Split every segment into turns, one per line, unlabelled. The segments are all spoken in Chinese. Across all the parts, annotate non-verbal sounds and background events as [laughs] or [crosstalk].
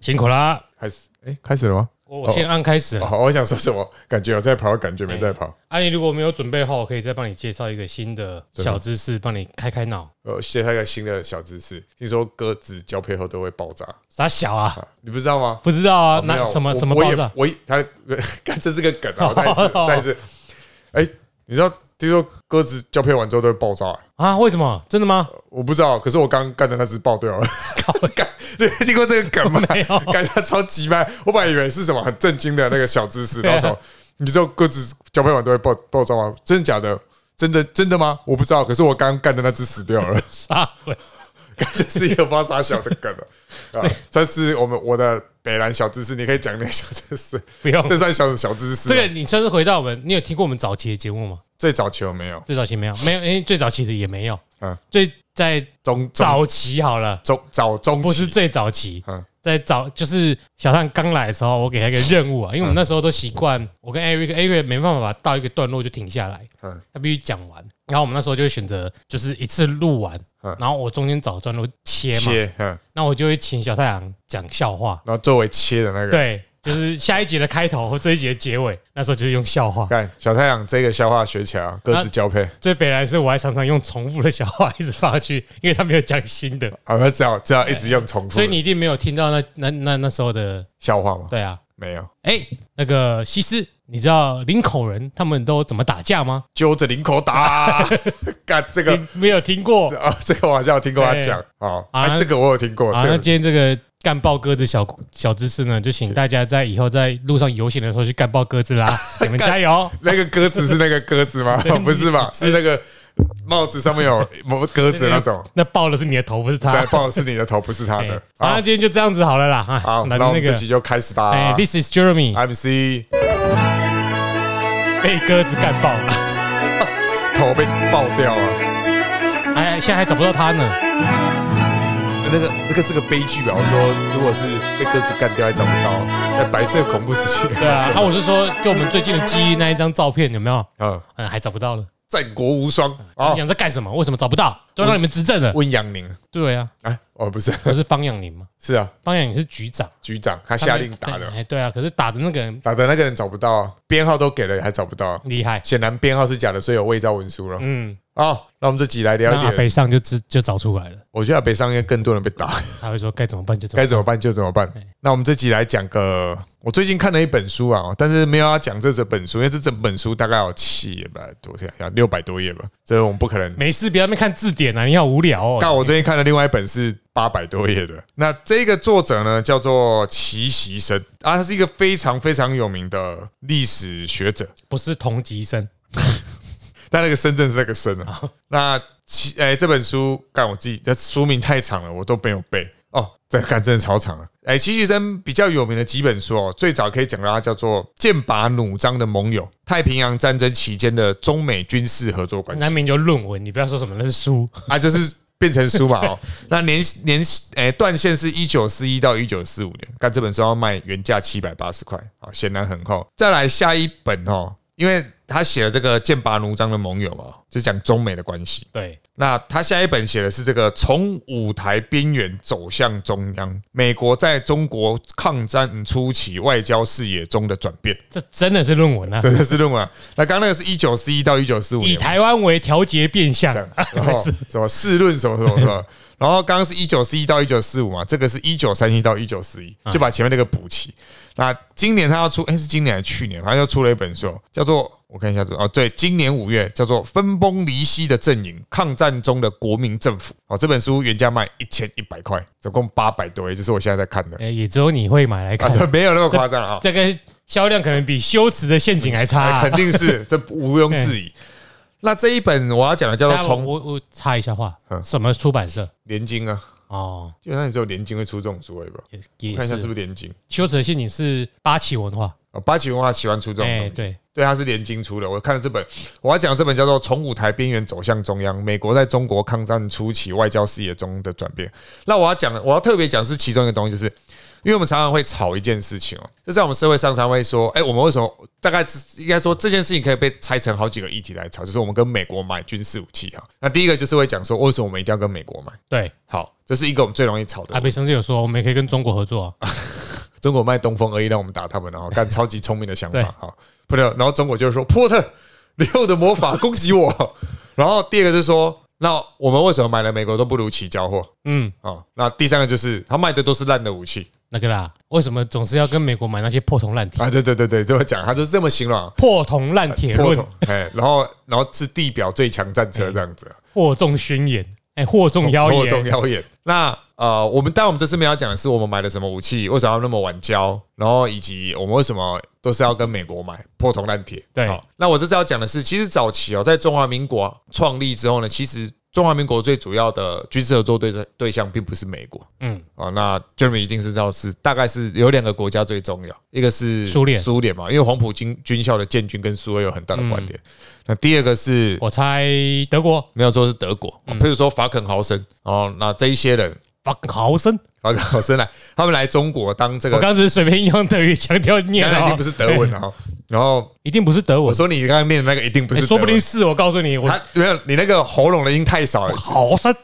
辛苦啦！
开始，哎、开始了吗？
我先按开始了。
哦，我想说什么？感觉有在跑，感觉没在跑。
啊，你如果没有准备的话，我可以再帮你介绍一个新的小知识，帮你开开脑。
呃，介绍一个新的小知识，听说鸽子交配后都会爆炸，
傻小啊，
啊、你不知道吗？
不知道啊
哦，没
那
有
什么
我
什么
我
爆
也
炸？
我也他 [laughs] 看这是个梗啊！我再一次
[laughs] 哦，
再一次。哎、你知道听说鸽子交配完之后都会爆炸、
啊？为什么？真的吗？
我不知道，可是我刚干的那只爆掉了。 [laughs] 干，你有听过这个梗吗？
[laughs] 没有
感觉超级慢。我本来以为是什么很震惊的那个小
[laughs]
知识，
对啊
到时候你知道鸽子交配完都会爆爆炸吗？真的假的？真的真的吗？我不知道，可是我刚干的那只死掉
[laughs]
了，
傻鬼，
这是一个爆炸小的梗
[laughs]
了啊！这是我们我的北兰小知识，你可以讲点小知识，
不用
这算小小知识
这
吗。
个你算是回到我们，你有听过我们早期的节目吗？
最早期有没有？
最早期没有，没有，因为最早期的也没有。
嗯
嗯，最在
中中
早期好了，
中早中
不是
期
最早期
嗯，
在早就是小探刚来的时候，我给他一个任务啊，
嗯
因为我们那时候都习惯，我跟 Eric，Eric 没办法到一个段落就停下来
嗯，
他必须讲完。然后我们那时候就会选择就是一次录完
嗯，
然后我中间找段落切嘛，
切，嗯，
那我就会请小太阳讲笑话，
然后作为切的那个，
对，就是下一节的开头和这一节的结
[laughs]
尾，那时候就是用笑话。
看小太阳这个笑话学起来啊，各自交配
最北来是我还常常用重复的笑话一直发去，因为他没有讲新的，
啊，那只好只好一直用重复
哎
的，
所以你一定没有听到那那那那时候的
笑话吗？
对啊，
没有，
哎、那个西施，你知道林口人他们都怎么打架吗？
揪着领口
[laughs]
打，干这个
你没有听过
这啊，这个我好像有听过他讲，好，
啊
哎，
那
这个我有听过，
啊？那
这个
今天这个干爆鸽子小小知识呢，就请大家在以后在路上游行的时候去干爆鸽子
[laughs]
啦，你们加油！
那个鸽子是那个鸽子吗？ [laughs] 不是吧？是那个帽子上面有某个鸽子那种，
那爆的是你的头，不是他
对，。不好是你的头，不是他
哎
的。
好，那
好，
今天就这样子好了啦。哈
好，那我
那
们这啊
个
集就开始吧。
哎，This is Jeremy
MC
被鸽子干爆，
头被爆掉了，
哎，现在还找不到他呢。
那个那个是个悲剧啊吧？我说，如果是被鸽子干掉还找不到，在白色恐怖时期，
对啊，啊，我是说，就我们最近的记忆那一张照片有没有？
嗯，
嗯，还找不到呢。
战国无双啊
你，想在干什么？为什么找不到？都让你们执政了。
温阳宁，
对啊，
哎，哦，不是， [laughs]
不是方养宁吗？
是啊，
方养宁是局长，
局长
他
他下
们
令打的，
哎，对啊，可是打的那个人
打的那个人找不到啊，编号都给了还找不到啊，
厉害。
显然编号是假的，所以有伪造文书了。
嗯，
哦，那我们这集来聊
那阿
一点，
北上就知就找出来了，
我觉得北上应该更多人被打，
他会说该怎么办就怎么
该
办。
怎么办就怎么办。那我们这集来讲个，我最近看了一本书啊，但是没有要讲这整本书，因为这整本书大概有七页吧，多少要六百多页吧，这我们不可能。
没事，别在那边看字典啊，你好无聊哦。
但我最近看的另外一本是八百多页的，那这个作者呢叫做齐习生啊，他是一个非常非常有名的历史学者，
不是同级生，
但那个深圳是那个深啊。那其哎、这本书，干我自己，这书名太长了，我都没有背哦。这干真的超长了。哎、齐其生比较有名的几本书哦，最早可以讲到它叫做《剑拔弩张的盟友》，太平洋战争期间的中美军事合作关系
难。免就论文，你不要说什么那是书。
啊，就是变成书嘛哦。那年年诶、断线是一九四一到一九四五年，看这本书要卖原价七百八十块，好，显然很厚。再来下一本哦，因为他写了这个剑拔弩张的盟友嘛，哦就讲中美的关系。
对，
那他下一本写的是这个从舞台边缘走向中央，美国在中国抗战初期外交视野中的转变，
这真的是论文啊。
真的是论文啊。那刚刚那个是一九四一到一九四五年
以
嘛，
台湾为调节变相，
然后
哦
什么试论什么什么什么，
[laughs]
然后刚刚是一九四一到一九四五嘛，这个是一九三一到一九四一，
嗯
就把前面那个补齐。那今年他要出，哎、是今年还是去年？反正就出了一本书，叫做我看一下这哦，对，今年五月叫做《分崩离析的阵营：抗战中的国民政府》哦，这本书原价卖一千一百块，总共八百多页，就是我现在在看的，
哎，也只有你会买来
啊，
看，
这 [laughs] 没有那么夸张啊。
这个销量可能比羞耻的陷阱还差
哎
啊嗯
肯。
[laughs]
定是，这毋庸置疑。那这一本我要讲的叫做
那
《
我
从
我我插一下话
嗯，
什么出版社？
连经》啊，
哦，
基本上也只有连经会出这种书而已吧。
也
我
也
看一下是
是。
不是连经
羞耻的陷阱是八旗文化，
啊？八旗文化喜欢出这种东
哎，
西，
对，
对，它是连经出的。我看了这本，我要讲的这本叫做《从舞台边缘走向中央：美国在中国抗战初期外交视野中的转变》。那我要讲的，我要特别讲是其中一个东西，就是因为我们常常会吵一件事情哦，就在我们社会上常会说，哎，我们为什么大概是应该说这件事情可以被拆成好几个议题来吵，就是我们跟美国买军事武器啊。那第一个就是会讲说，为什么我们一定要跟美国买？
对，
好，这是一个我们最容易吵的 [laughs]
阿。北甚至有说，我们也可以跟中国合作啊，
中国卖东风而已，让我们打他们了哈，干超级聪明的想法哈。不对，然后中国就是说波特，你用的魔法攻击我。然后第二个是说，那我们为什么买了美国都不如期交货
嗯，
啊、哦那第三个就是他卖的都是烂的武器
那个啦，为什么总是要跟美国买那些破铜
[laughs]
烂铁？
啊！对对对对，这么讲，他就是这么形容啊。
破铜烂铁
破
论
头，，哎，然后然后是地表最强战车这样子啊，
惑众宣言，哎，惑众妖
破中
言，
妖眼。那呃，我们但我们这次没有讲的是我们买的什么武器，为什么要那么晚交，然后以及我们为什么都是要跟美国买破铜烂铁。
对
好，那我这次要讲的是，其实早期哦，在中华民国创立之后呢，其实中华民国最主要的军事合作对对象并不是美国。
嗯，
啊，那 Jeremy 一定是知道是大概是有两个国家最重要，一个是
苏联
苏联嘛，因为黄埔军军校的建军跟苏俄有很大的关联。那第二个是
嗯我猜德国
没有说是德国，啊
嗯
譬如说法肯豪森哦，那这一些人，
法肯豪森，
法肯豪森来，他们来中国当这
我
个，
刚只是随便用德语强调念
当然一
哦，
定不是德文啊。然后
一定不是德
我
文，
说你刚刚念的那个一定不
哎
是德
说
文，
不定是我告诉你，我
他没有你那个喉咙的音太少了，
豪森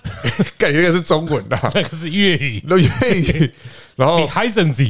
感觉那个是中文的啊，
那个是粤语，哎
那粤语，然后
比海森子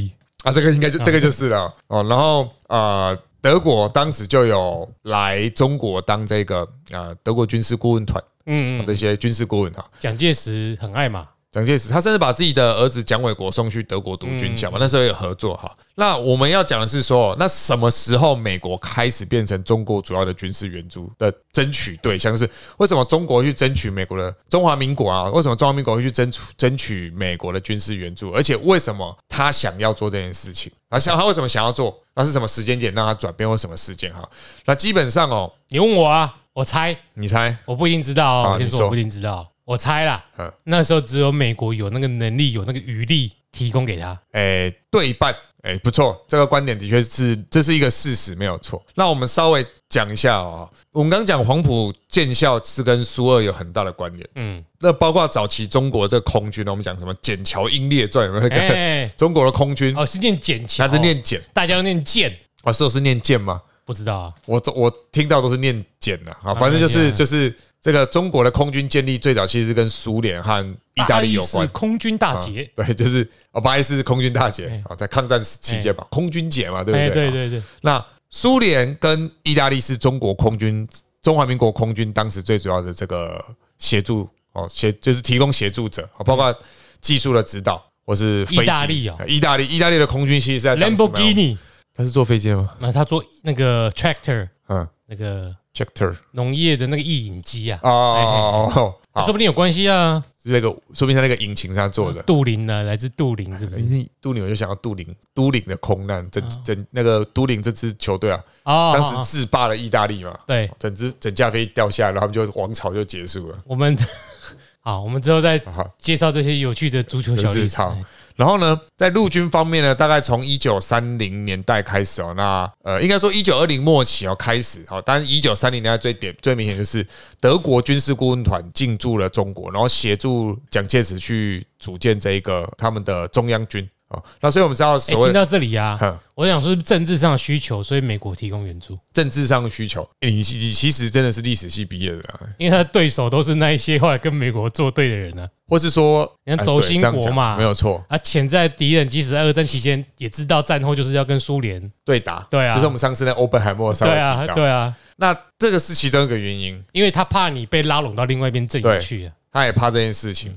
啊，这个应该就
嗯
这个就是了哦。然后呃，德国当时就有来中国当这个呃德国军事顾问团，
嗯嗯，
这些军事顾问啊。
蒋介石很爱嘛，
蒋介石他甚至把自己的儿子蒋纬国送去德国读军校嘛，那时候有合作哈。那我们要讲的是说，那什么时候美国开始变成中国主要的军事援助的争取对象？是为什么中国去争取美国的中华民国啊？为什么中华民国会去争取争取美国的军事援助？而且为什么他想要做这件事情？啊，想他为什么想要做？那是什么时间点让他转变或什么时间哈？那基本上哦，
你问我啊，我猜，
你猜
我不一定知道哦，
啊
我先
你
说
说
我不一定知道，我猜啦
嗯，
那时候只有美国有那个能力，有那个余力提供给他，
诶、哎对一半，诶、不错，这个观点的确是这是一个事实，没有错。那我们稍微讲一下哦，我们刚讲黄埔建校是跟苏二有很大的关联，
嗯，
那包括早期中国这个空军呢，我们讲什么《笕桥英烈传》有没有那
[laughs]
个、
哎，
[laughs] 中国的空军，
哦，是念剑桥，
他是念笕，
大家都念剑，
我说是念笕吗？
不知道啊，
我都我听到都是念简呐，啊，反正就是
哦念笕
就是这个中国的空军建立最早其实是跟苏联和意大利有
巴黎
关
是，空军大捷，
对， [laughs] 就是哦，巴黎是空军大捷啊，在抗战时期间嘛，空军节嘛，对不
哎，
对？
对
啊
对对，
那苏联跟意大利是中国空军、中华民国空军当时最主要的这个协助哦，协就是提供协助者，哦包括技术的指导或是飞机
意大利哦
意大利意大利的空军其实是在当时蛮有
Lamborghini，
他是坐飞机的吗？
那他做那个 tractor
嗯
那个
j e c t o r
农业的那个意影机啊，
哦哦哦哦，好
说不定有关系啊。
这个说明他那个引擎上做的。
杜林啊呢，来自杜林是不是？
你杜林，我就想到杜林，杜林的空难，整整那个杜林这支球队啊，
哦，
当时
哦
制霸了意大利嘛，
对
整只整架飞机掉下来，然后他们就王朝就结束了。
我们 [laughs] 好，我们之后再
好，
介绍这些有趣的足球小
就是
历史。
超。然后呢，在陆军方面呢，大概从一九三零年代开始哦，那呃，应该说一九二零末期哦开始哦，但一九三零年代最点最明显就是德国军事顾问团进驻了中国，然后协助蒋介石去组建这一个他们的中央军哦。那所以我们知道
哎，
所谓
听到
的
这里啊
哼，
我想是不是政治上的需求，所以美国提供援助，
政治上的需求，诶你你其实真的是历史系毕业的、啊，
因为他的对手都是那一些后来跟美国作对的人呢。啊
或是说
你看
哎
轴
对
心
这样讲
国嘛
没有错，
啊，潜在敌人即使在二战期间也知道战后就是要跟苏联，
对答，
对啊
就是我们上次那欧本海默稍
对
微提
啊，
到，
对啊，
那这个是其中一个原因，
因为他怕你被拉拢到另外一边阵营
对
去啊。
他也怕这件事情。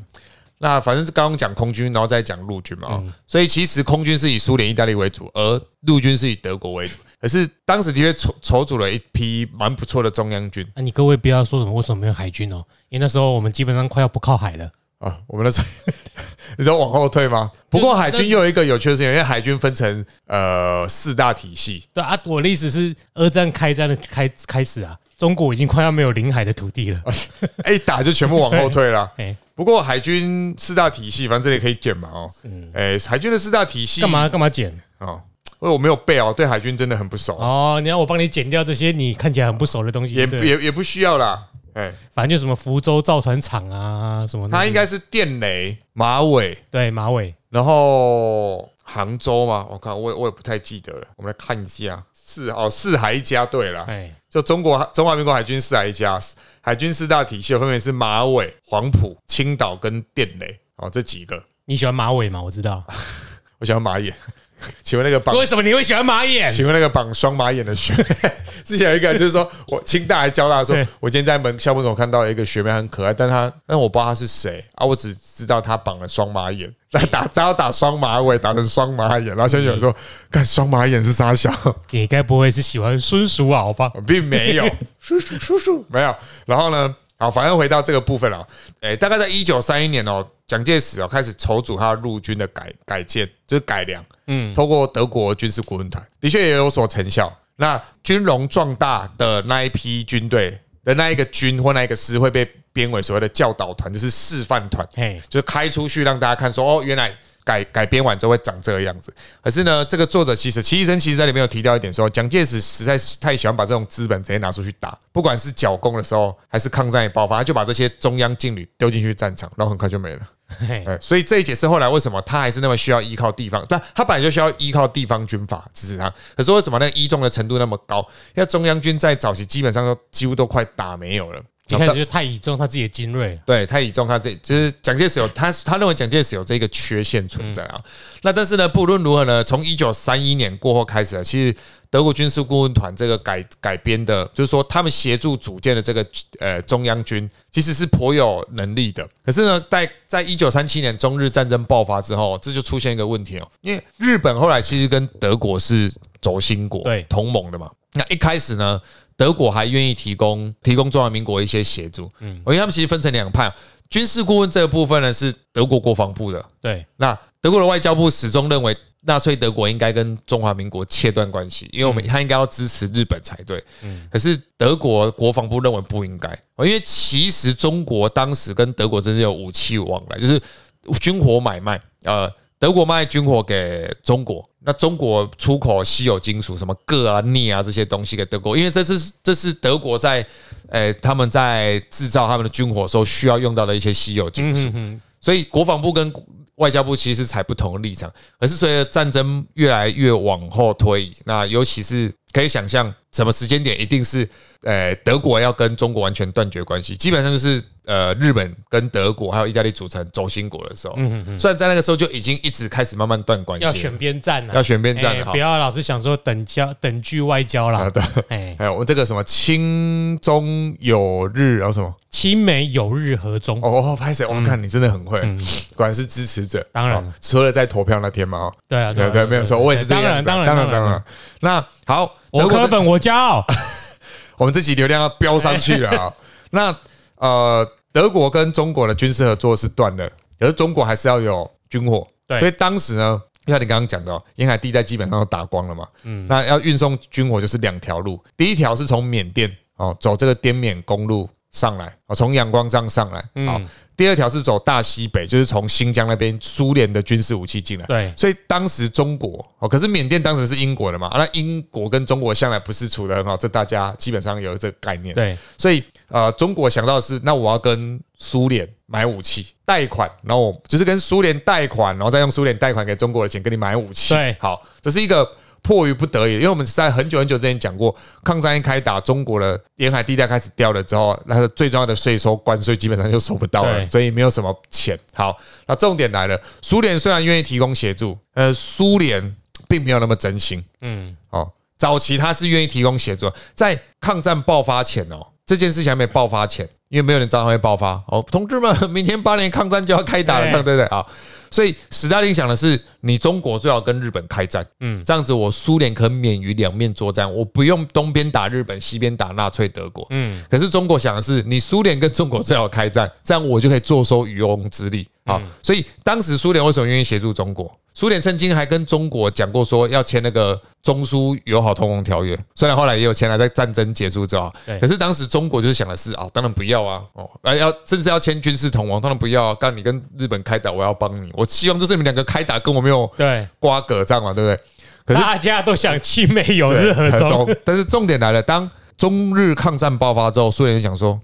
那反正刚刚讲空军，然后再讲陆军嘛，
嗯
哦所以其实空军是以苏联、意大利为主，而陆军是以德国为主。可是当时的确筹筹组了一批蛮不错的中央军
啊那、你各位不要说什么为什么没有海军哦，因为那时候我们基本上快要不靠海了。
啊，我们的 [laughs] 你知道往后退吗？不过海军又有一个有趣的事情，因为海军分成呃四大体系，
对啊，我的意思是，二战开战的开开始啊，中国已经快要没有领海的土啊地了。
[laughs] 哎一打就全部往后退了。
[laughs] 哎，
不过海军四大体系，反正这里可以剪嘛哦。哎，海军的四大体系
嗯干嘛干嘛剪？
哦，因为我没有背哦，对海军真的很不熟，
哦，你要我帮你剪掉这些你看起来很不熟的东西，
也
对不对，
也也不需要啦。哎，
反正就什么福州造船厂啊，什么那
它
些
应该是电雷、马尾，
对马尾
然后杭州嘛。我看我也我也不太记得了，我们来看一下。四哦，四海一家对了，
哎，
就中国中华民国海军四海一家，海军四大体系分别是马尾、黄埔、青岛跟电雷哦这几个。
[laughs] 你喜欢马尾吗？我知道，
我喜欢马眼， [laughs] 请问那个绑，
为什么你会喜欢马眼？
请问那个绑双马眼的学 [laughs] 妹，之前有一个就是说我清大还交大的时候
对，
我今天在门校门口看到一个学妹很可爱，但她但我不知道她是谁啊，我只知道她绑了双马眼，那打她要打双马尾，打成双马眼，然后现在有
嗯
人说，看双马眼是傻小。
你该不会是喜欢孙叔敖吧？
并没有， [laughs] 叔叔叔叔没有。然后呢，好，反正回到这个部分了。哎，大概在一九三一年哦，蒋介石哦开始筹组他陆军的改改建，就是改良，嗯，透过德国军事顾问团，的确也有所成效。那军容壮大的那一批军队的那一个军或那一个师会被编为所谓的教导团，就是示范团，
嘿，
就是开出去让大家看说，哦，原来改改编完之后会长这个样子。可是呢，这个作者其实齐医生其实在里面有提到一点说，蒋介石实在是太喜欢把这种资本直接拿出去打，不管是剿共的时候，还是抗战一爆发，他就把这些中央劲旅丢进去战场，然后很快就没了。
嘿，
哎，所以这也解释后来为什么他还是那么需要依靠地方，但他本来就需要依靠地方军阀支持他。可是为什么那个依中的程度那么高？因为中央军在早期基本上都几乎都快打没有了。
一开始就太倚重他自己的精锐了。
对，太倚重他这，就是蒋介石有他，他认为蒋介石有这个缺陷存在啊。那但是呢，不论如何呢，从一九三一年过后开始啊，其实德国军事顾问团这个改改编的，就是说他们协助组建的这个呃中央军，其实是颇有能力的。可是呢，在在一九三七年中日战争爆发之后，这就出现一个问题哦，因为日本后来其实跟德国是轴心国，
对
同盟的嘛。那一开始呢，德国还愿意提供提供中华民国一些协助，嗯，因为他们其实分成两派，军事顾问这个部分呢是德国国防部的，
对，
那德国的外交部始终认为纳粹德国应该跟中华民国切断关系，因为我们他应该要支持日本才对。可是德国国防部认为不应该，哦因为其实中国当时跟德国真是有武器往来，就是军火买卖，呃。德国卖军火给中国，那中国出口稀有金属，什么铬啊、镍啊这些东西给德国，因为这是这是德国在，呃，他们在制造他们的军火的时候需要用到的一些稀有金属。
嗯哼，
所以国防部跟外交部其实是采不同的立场。可是随着战争越来越往后推移，那尤其是可以想象，什么时间点一定是，呃，德国要跟中国完全断绝关系，基本上就是呃，日本跟德国还有意大利组成轴心国的时候。虽然在那个时候就已经一直开始慢慢断关系
嗯
了，
要选边站啊，
要选边站
哎
好
不要老是想说等交等距外交啦。
对
哎，
还有我们这个什么清中友日，然后什么
亲美友日和中，
哦，拍谁？我看你真的很会，果然是支持者。
嗯当然
哦，除了在投票那天嘛，哦
对啊，
对
啊
对，没有错，我也是这
当
个样
然，
子啊
当然，
当然，当然。。那好，
我
德国
科
这
粉，我骄
[laughs]
傲。
我们这集流量要飙上去了啊。那呃，德国跟中国的军事合作是断了，可是中国还是要有军火，
对
所以当时呢。就像你刚刚讲的哦，沿海地带基本上都打光了嘛，嗯，那要运送军火就是两条路，第一条是从缅甸哦走这个滇缅公路上来，哦从仰光站上来，好，第二条是走大西北，就是从新疆那边苏联的军事武器进来，
对
所以当时中国哦，可是缅甸当时是英国的嘛，啊那英国跟中国向来不是处得很好，这大家基本上有这个概念。， [laughs]
对，
所以呃，中国想到的是，那我要跟苏联买武器，贷款，然后我就是跟苏联贷款，然后再用苏联贷款给中国的钱跟你买武器。
对
好，这是一个。迫于不得已，因为我们在很久很久之前讲过，抗战一开打，中国的沿海地带开始掉了之后，那最重要的税收关税基本上就收不到了，
对
所以没有什么钱。好，那重点来了，苏联虽然愿意提供协助，呃，苏联并没有那么真心，
嗯，
哦，早期他是愿意提供协助，在抗战爆发前哦，这件事情还没爆发前，因为没有人知道它会爆发哦。同志们， [laughs] 明天八年抗战就要开打了，
对
这样对不对啊？所以史大林想的是，你中国最好跟日本开战，嗯，这样子我苏联可免于两面作战，我不用东边打日本，西边打纳粹德国，嗯。可是中国想的是，你苏联跟中国最好开战，这样我就可以坐收渔翁之利
嗯
啊。所以当时苏联为什么愿意协助中国？苏联曾经还跟中国讲过，说要签那个中苏友好同盟条约，虽然后来也有签啊了，在战争结束之后啊
对，
可是当时中国就是想的是啊，当然不要啊，哦，哎要甚至要签军事同盟，当然不要、啊，干你跟日本开打，我要帮你，我希望就是你们两个开打跟我没有
对，
瓜葛这样嘛，对不对？可是
大家都想亲美友
对
日和中。
中，但是重点来了，当中日抗战爆发之后，苏联就想说，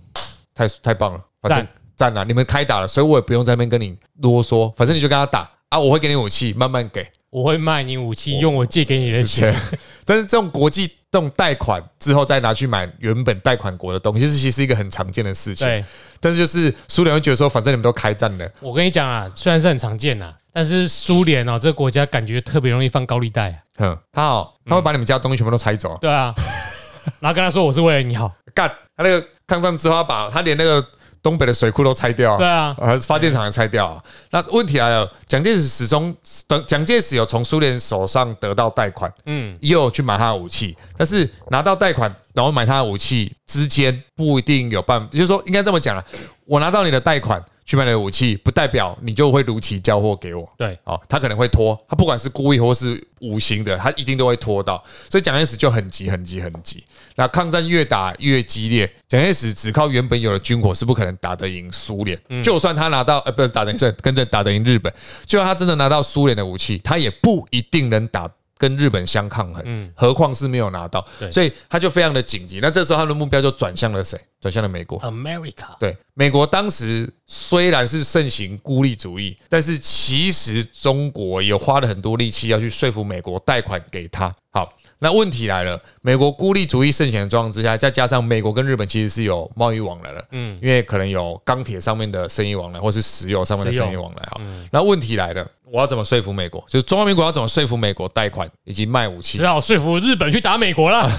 太太棒了，反正
赞
赞啊了，你们开打了，所以我也不用在那边跟你啰嗦，反正你就跟他打啊，我会给你武器，慢慢给。
我会卖你武器，用我借给你的钱
钱。但是这种国际这种贷款之后再拿去买原本贷款国的东西，是其实是一个很常见的事情。
对，
但是就是苏联会觉得说，反正你们都开战了，
我跟你讲啊，虽然是很常见呐、但是苏联哦，这个国家感觉特别容易放高利贷、啊，
嗯，他哦，他会把你们家东西全部都拆走，
对啊，然后跟他说我是为了你好，
干他那个抗战之后，他把他连那个东北的水库都拆掉，
对啊
呃，发电厂也拆掉啊。那问题来了，蒋介石始终等蒋介石有从苏联手上得到贷款，
嗯，
也有去买他的武器，但是拿到贷款然后买他的武器之间不一定有办法，就是说应该这么讲了，我拿到你的贷款去买你的武器，不代表你就会如期交货给我，
对，
哦，他可能会拖，他不管是故意或是无形的，他一定都会拖到。所以蒋介石就很急、很急、很急。那抗战越打越激烈，蒋介石只靠原本有的军火是不可能打得赢苏联。
嗯
就算他拿到呃，不是打得赢，算跟着打得赢日本，就算他真的拿到苏联的武器，他也不一定能打。跟日本相抗衡，何况是没有拿到，
嗯对
所以他就非常的紧急。那这时候他的目标就转向了谁？转向了美国。
America，
对，美国当时虽然是盛行孤立主义，但是其实中国也花了很多力气要去说服美国贷款给他。好，那问题来了，美国孤立主义盛行的状况之下，再加上美国跟日本其实是有贸易往来的，嗯，因为可能有钢铁上面的生意往来，或是石油上面的生意往来啊。那问题来了，我要怎么说服美国？就是中华民国要怎么说服美国贷款以及卖武器
只？好说服日本去打美国
[laughs]
了，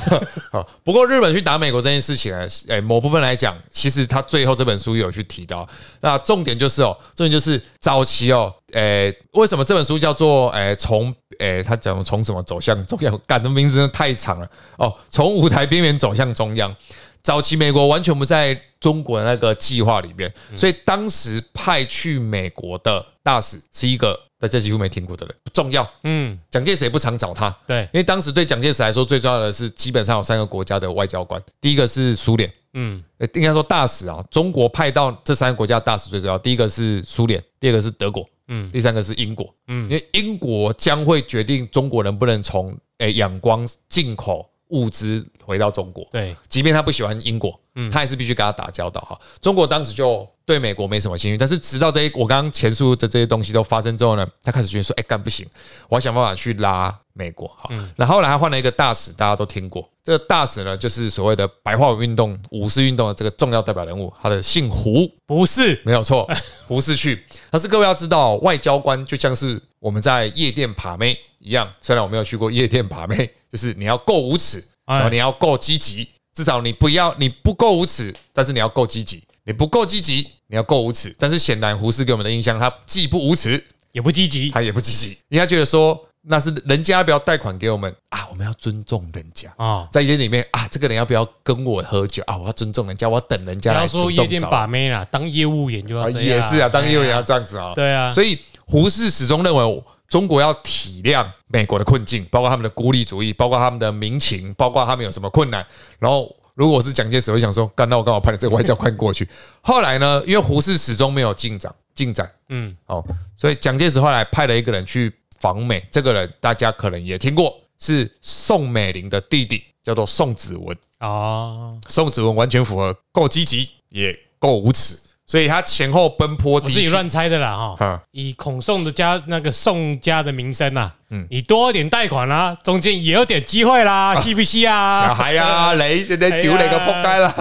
好，不过日本去打美国这件事情呢，诶、某部分来讲，其实他最后这本书有去提到。那重点就是哦，重点就是早期哦，诶、为什么这本书叫做诶从诶他讲从什么走向中央？干的名字真的太长了哦，从舞台边缘走向中央。早期美国完全不在中国的那个计划里面，所以当时派去美国的大使是一个大家几乎没听过的人，不重要。
嗯，
蒋介石也不常找他，
对
因为当时对蒋介石来说，最重要的是基本上有三个国家的外交官，第一个是苏联，
嗯，
呃应该说大使啊，中国派到这三个国家的大使最重要，第一个是苏联，第二个是德国，嗯，第三个是英国，嗯，因为英国将会决定中国能不能从诶仰光进口物资回到中国，
对，
即便他不喜欢英国，他还是必须跟他打交道哈。中国当时就对美国没什么兴趣，但是直到这一我刚刚前述的这些东西都发生之后呢，他开始觉得说，哎、干不行，我要想办法去拉美国哈。然后后来他换了一个大使，大家都听过，这个大使呢就是所谓的白话文运动、五四运动的这个重要代表人物，他的姓胡，
不是，
没有错， [laughs] 胡适去。但是各位要知道，外交官就像是我们在夜店把妹一样，虽然我没有去过夜店把妹， [laughs] 就是你要够无耻，
哎
然后你要够积极，至少你不要你不够无耻，但是你要够积极，你不够积极，你要够无耻。但是显然胡适给我们的印象，他既不无耻，
也不积极
他也不积极，人家觉得说那是人家要不要贷款给我们啊，我们要尊重人家。
啊。
在夜店里面啊，这个人要不要跟我喝酒啊？我要尊重人家，我要等人
不
家来
要
主
说
动
夜店
找我
把妹啦，当业务员就要
啊，
这样。
也是啊，当业务员
哎
要
呀
这样子啊。
对啊
所以胡适始终认为中国要体谅美国的困境，包括他们的孤立主义，包括他们的民情，包括他们有什么困难。然后，如果我是蒋介石，我会想说，干，那我刚好派了这个外交官过去。 [laughs] 后来呢，因为胡适始终没有进展，进展，
嗯，
哦，所以蒋介石后来派了一个人去访美，这个人大家可能也听过，是宋美龄的弟弟，叫做宋子文。
哦，
宋子文完全符合，够积极，也够无耻。所以他前后奔波
我哦
地
自己
区，
乱猜的啦哈。
啊，
以孔宋的家那个宋家的名声呐，嗯，你多一点贷款啦，中间也有点机会啦，是不是啊？
小孩啊，你你屌你个仆街
哎
啦！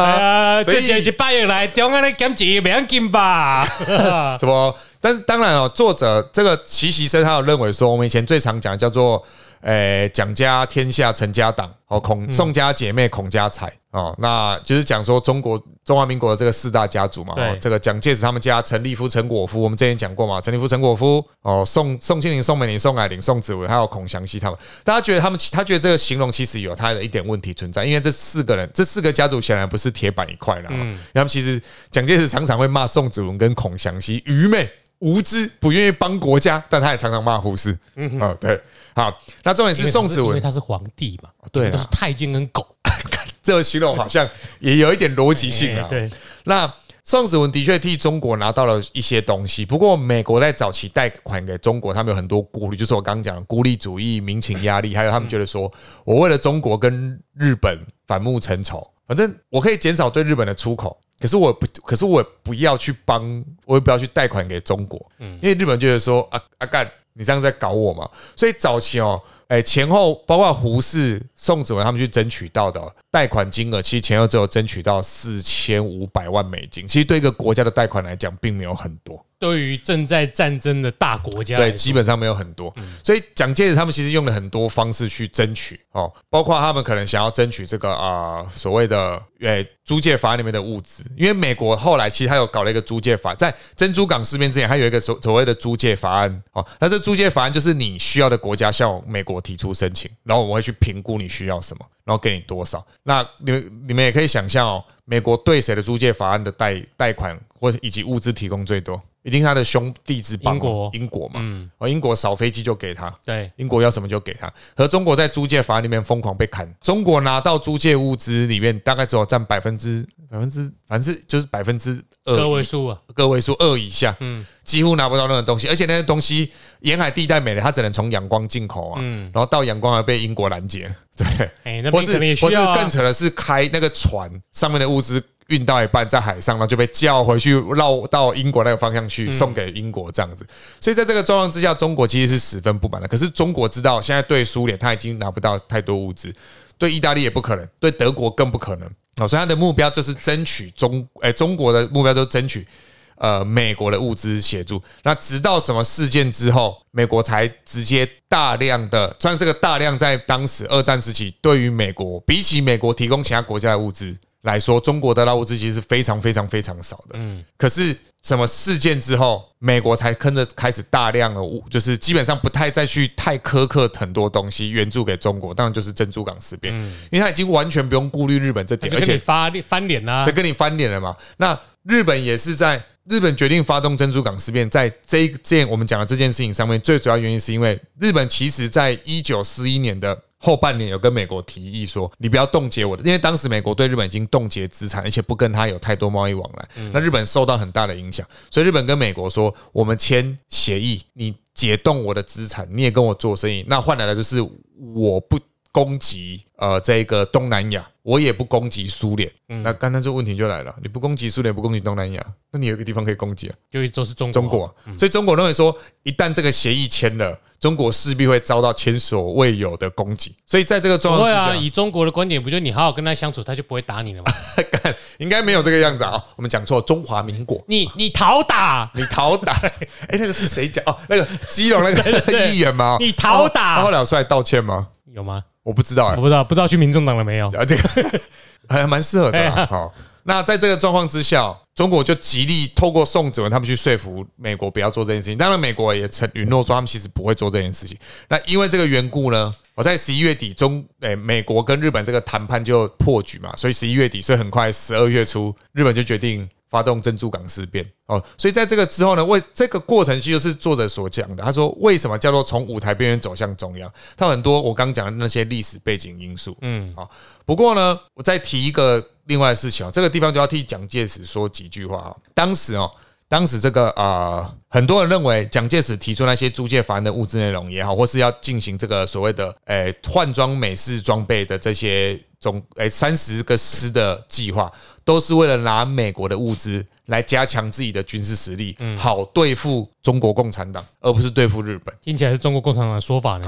呀
所
这就
以
一百月来，中间咧减钱，袂要紧吧？
什么？但是当然哦，作者这个齐习生他有认为说，我们以前最常讲的叫做。诶，蒋家天下，陈家党，哦，孔
嗯
宋家姐妹，孔家财，哦，那就是讲说中国中华民国的这个四大家族嘛，哦
对，
这个蒋介石他们家，陈立夫、陈果夫，我们之前讲过嘛，陈立夫、陈果夫，哦，宋宋庆龄、宋美龄、宋霭龄、宋子文，还有孔祥熙他们，大家觉得他们，他觉得这个形容其实有他的一点问题存在，因为这四个人，这四个家族显然不是铁板一块啦，嗯，他们其实蒋介石常常会骂宋子文跟孔祥熙愚昧。无知，不愿意帮国家，但他也常常骂胡适。嗯，哦，对，好，那重点是宋子
因为
文
他是皇帝嘛，
对啦
都是太监跟狗，
这个形容好像也有一点逻辑性啊
哎。对，
那宋子文的确替中国拿到了一些东西，不过美国在早期贷款给中国，他们有很多顾虑，就是我刚刚讲的孤立主义、民情压力，还有他们觉得说我为了中国跟日本反目成仇，反正我可以减少对日本的出口。可是我不，可是我也不要去帮，我也不要去贷款给中国，因为日本觉得说啊啊干，你这样在搞我嘛。所以早期哦，哎，前后包括胡适、宋子文他们去争取到的贷款金额，其实前后只有争取到四千五百万美金，其实对一个国家的贷款来讲，并没有很多。
对于正在战争的大国家来
对，
说，
基本上没有很多。所以蒋介石他们其实用了很多方式去争取哦，包括他们可能想要争取这个啊、呃所谓的呃租借法里面的物资，因为美国后来其实他有搞了一个租借法，在珍珠港事变之前，他有一个所所谓的租借法案哦。那这租借法案就是你需要的国家向美国提出申请，然后我们会去评估你需要什么，然后给你多少。那你们你们也可以想象哦，美国对谁的租借法案的贷贷款或者以及物资提供最多？一定是他的兄弟之邦
英
嘛，
国嗯
英国嘛，哦，英国少飞机就给他，
对
英国要什么就给他。和中国在租借法案里面疯狂被砍，中国拿到租借物资里面大概只有占百分之百分之，反正是就是百分之
个
二
位数啊，
个位数二以下，嗯，几乎拿不到那种东西，而且那些东西沿海地带没了，它只能从阳光进口啊，
嗯
然后到阳光还被英国拦截，对，
哎，那
或
边
是
可能也
或
需
是
要啊
更扯的是开那个船上面的物资。运到一半在海上，然后就被叫回去绕到英国那个方向
嗯
去，送给英国这样子。所以在这个状况之下，中国其实是十分不满的。可是中国知道现在对苏联他已经拿不到太多物资，对意大利也不可能，对德国更不可能。哦，所以他的目标就是争取中，哎、中国的目标就是争取呃美国的物资协助。那直到什么事件之后，美国才直接大量的，虽然这个大量在当时二战时期，对于美国比起美国提供其他国家的物资来说，中国得到物资其实是非常非常非常少的。嗯，可是。什么事件之后，美国才跟着开始大量的物，就是基本上不太再去太苛刻很多东西援助给中国，当然就是珍珠港事变，因为他已经完全不用顾虑日本这
那嗯
点，
就
而
跟
且
你发翻脸啦
在，跟你翻脸了嘛。那日本也是在日本决定发动珍珠港事变，在这一件我们讲的这件事情上面，最主要原因是因为日本其实在一九四一年的。后半年有跟美国提议说，你不要冻结我的，因为当时美国对日本已经冻结资产，而且不跟他有太多贸易往来，那日本受到很大的影响，所以日本跟美国说，我们签协议，你解冻我的资产，你也跟我做生意，那换来的就是我不攻击呃这个东南亚，我也不攻击苏联。
嗯
那刚才这问题就来了，你不攻击苏联，不攻击东南亚，那你有一个地方可以攻击啊，
就都是中
中国啊。
嗯
所以中国认为说，一旦这个协议签了，中国势必会遭到前所未有的攻击。所以在这个状
不
况
会
之
啊，
[laughs] 下，
以中国的观点，不就你好好跟他相处，他就不会打你了吗？
应该没有这个样子啊。哦我们讲错，中华民国。
你你讨打，
你讨
[laughs]
打， [laughs] 哎、那个是谁讲？哦，那个基隆那个议员吗？哦
你讨打
他后来有出来道歉吗？
有吗？
我不知道、哎
我不知道，不知道去民众党了没有？
啊，这个还蛮适合的啦、好，那在这个状况之下，中国就极力透过宋子文他们去说服美国不要做这件事情。当然，美国也承允诺说他们其实不会做这件事情。那因为这个缘故呢，我在十一月底中，诶、美国跟日本这个谈判就破局嘛，所以十一月底，所以很快十二月初，日本就决定。发动珍珠港事变哦，所以在这个之后呢，为这个过程其实就是作者所讲的。他说，为什么叫做从舞台边缘走向中央？他有很多我刚讲的那些历史背景因素，嗯，好、不过呢，我再提一个另外的事情哦，这个地方就要替蒋介石说几句话哦。当时哦，当时这个呃，很多人认为蒋介石提出那些租借法案的物资内容也好，或是要进行这个所谓的诶换装美式装备的这些总诶三十个师的计划，都是为了拿美国的物资来加强自己的军事实力，好对付中国共产党，而不是对付日本。
听起来是中国共产党的说法呢。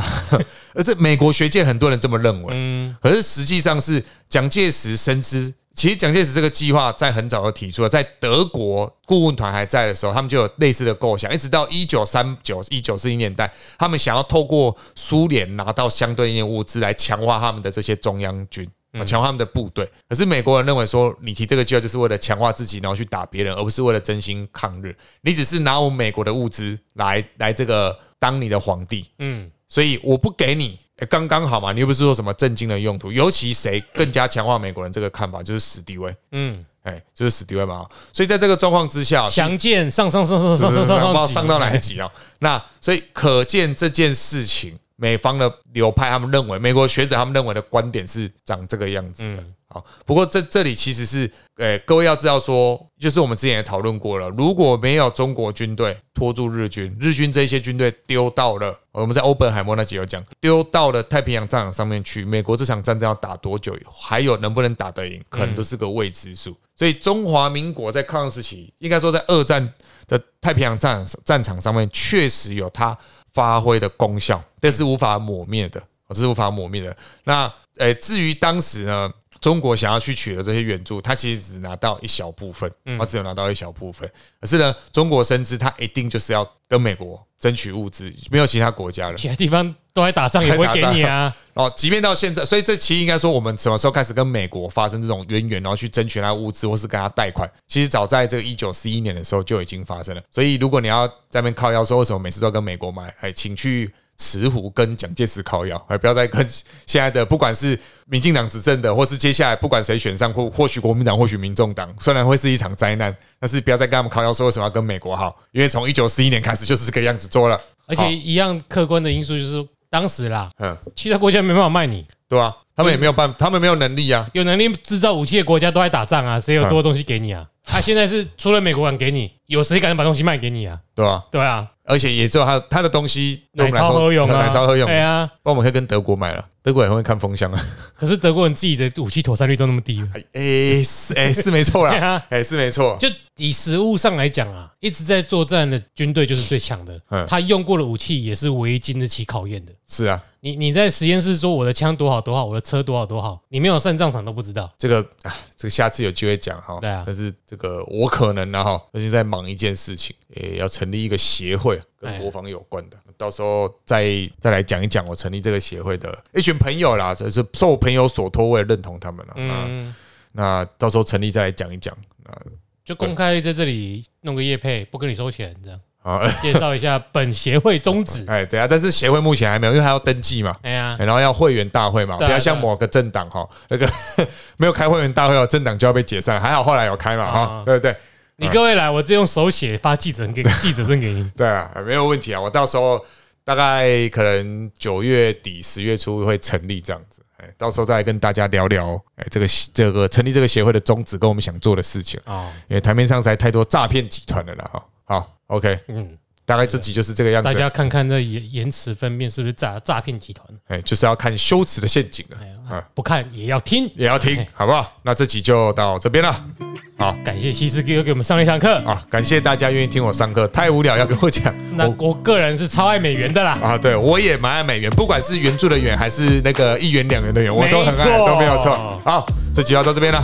而这美国学界很多人这么认为，可是实际上是蒋介石深知，其实蒋介石这个计划在很早就提出了，在德国顾问团还在的时候，他们就有类似的构想，一直到一九三九、一九四零年代，他们想要透过苏联拿到相对应的物资来强化他们的这些中央军。啊强化他们的部队，可是美国人认为说，你提这个计划就是为了强化自己，然后去打别人，而不是为了真心抗日。你只是拿我美国的物资来来这个当你的皇帝，
嗯，
所以我不给你，诶刚刚好嘛。你又不是说什么震惊的用途，尤其谁更加强化美国人这个看法，就是史迪威，
嗯，
哎，就是史迪威嘛。所以在这个状况之下，
详见上上上上
是
上
是是
上
不知
上
道
上
上到
哪？
哪一集啊？那所以可见这件事情，美方的流派他们认为，美国学者他们认为的观点是长这个样子的。好，不过这这里其实是，呃，各位要知道说，就是我们之前也讨论过了，如果没有中国军队拖住日军，日军这些军队丢到了我们在欧本海默那集有讲，丢到了太平洋战场上面去，美国这场战争要打多久，还有能不能打得赢，可能都是个未知数。所以中华民国在抗日时期，应该说在二战的太平洋战战场上面，确实有它发挥的功效，这是无法抹灭的。哦这是无法磨灭的。那诶，至于当时呢，中国想要去取得这些援助，他其实只拿到一小部分，他只有拿到一小部分。可是呢，中国深知他一定就是要跟美国争取物资，没有其他国家了。
其他地方都在打仗，也不会给你啊。
哦，即便到现在，所以这期应该说，我们什么时候开始跟美国发生这种渊源，然后去争取他的物资，或是跟他贷款？其实早在这个一九四一年的时候就已经发生了。所以，如果你要在那边靠腰说为什么每次都跟美国买，哎，请去慈湖跟蒋介石靠腰，哎，不要再跟现在的不管是民进党执政的，或是接下来不管谁选上，或或许国民党，或许民众党，虽然会是一场灾难，但是不要再跟他们靠腰说为什么要跟美国好，因为从一九四一年开始就是这个样子做了。
而
好
且一样客观的因素就是当时啦，
嗯，
其他国家没办法卖你，
对啊，他们也没有办法，他们没有能力啊。
有能力制造武器的国家都在打仗啊，谁有多东西给你啊？
嗯
他现在是除了美国敢给你，有谁敢把东西卖给你啊？
对吧、
对啊，
而且也只有他他的东西
奶
对我们来
超
说
喝用啊，
奶超喝用。
对
那
啊，
我们可以跟德国买了，德国也会看风向啊。
可是德国人自己的武器妥善率都那么低了，
哎、哎是哎、是没
[laughs]
错
对
啦，
啊。
哎、是没错。
就以实物上来讲啊，一直在作战的军队就是最强的
嗯，
他用过的武器也是唯一经得起考验的。
是啊，
你你在实验室说我的枪多好多好，我的车多好多好，你没有上战场都不知道。
这个啊，这个下次有机会讲哈。
对啊
但是这个我可能然后最近在忙一件事情，也、要成立一个协会，跟
哎
国防有关的。到时候再再来讲一讲我成立这个协会的一群朋友啦，就是受我朋友所托，我也认同他们了。嗯，
嗯，
那到时候成立再来讲一讲。
就公开在这里弄个业配，不跟你收钱，这样
啊，。
介绍一下本协会宗旨
哎，等一下，但是协会目前还没有，因为还要登记嘛。
哎呀，
然后要会员大会嘛，不
对啊
要像某个政党哈， [laughs] 那个没有开会员大会哦，政党就要被解散。还好后来有开嘛哈
啊，
对不对？
你各位来，我就用手写发记者给记者证给你。
对啊，没有问题啊。我到时候大概可能九月底、十月初会成立这样子，哎，到时候再来跟大家聊聊，哎，这个这个成立这个协会的宗旨跟我们想做的事情，
[laughs] 哦，
因为台面上实在太多诈骗集团了啦哈。好，OK，
[laughs] 嗯，
大概这集就是这个样
大
子，
家看看这言言辞分辨是不是诈诈骗集团？
哎，就是要看羞耻的陷阱了
哎，
啊
呀，，不看也要听。
也要听，好不好？那这集就到这边了。好，
感谢西斯哥又给我们上了一堂课。
啊，感谢大家愿意听我上课，太无聊要跟我讲。
那
我
我个人是超爱美元的啦。
啊，对我也蛮爱美元，不管是原著的元还是那个一元两元的元，我都很爱，
没错
都没有错。好，这集要到这边了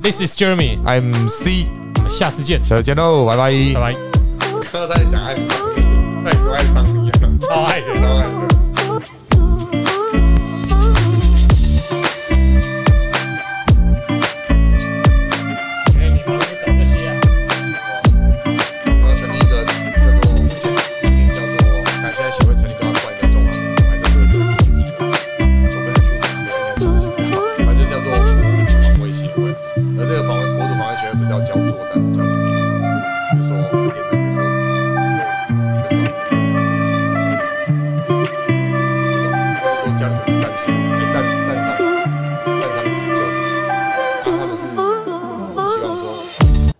This is Jeremy，
，I'm C，
我们下次见，
下次见喽，拜拜。
拜 [laughs] 拜。
上到三点讲 I'm C，那你不爱上你啊？
超爱的。
超爱的。
哎，你们搞这些啊？
我要成立一个叫做目前名叫做，但现在协会成立都要冠一个中文，我还是不是忘记了，我不太确定，反正叫做防卫协会。而这个防卫国土防卫学会不是要教作战，是教里面，比如说一点的，比如说一个少年，就是说教你怎么战术，哎，战战上。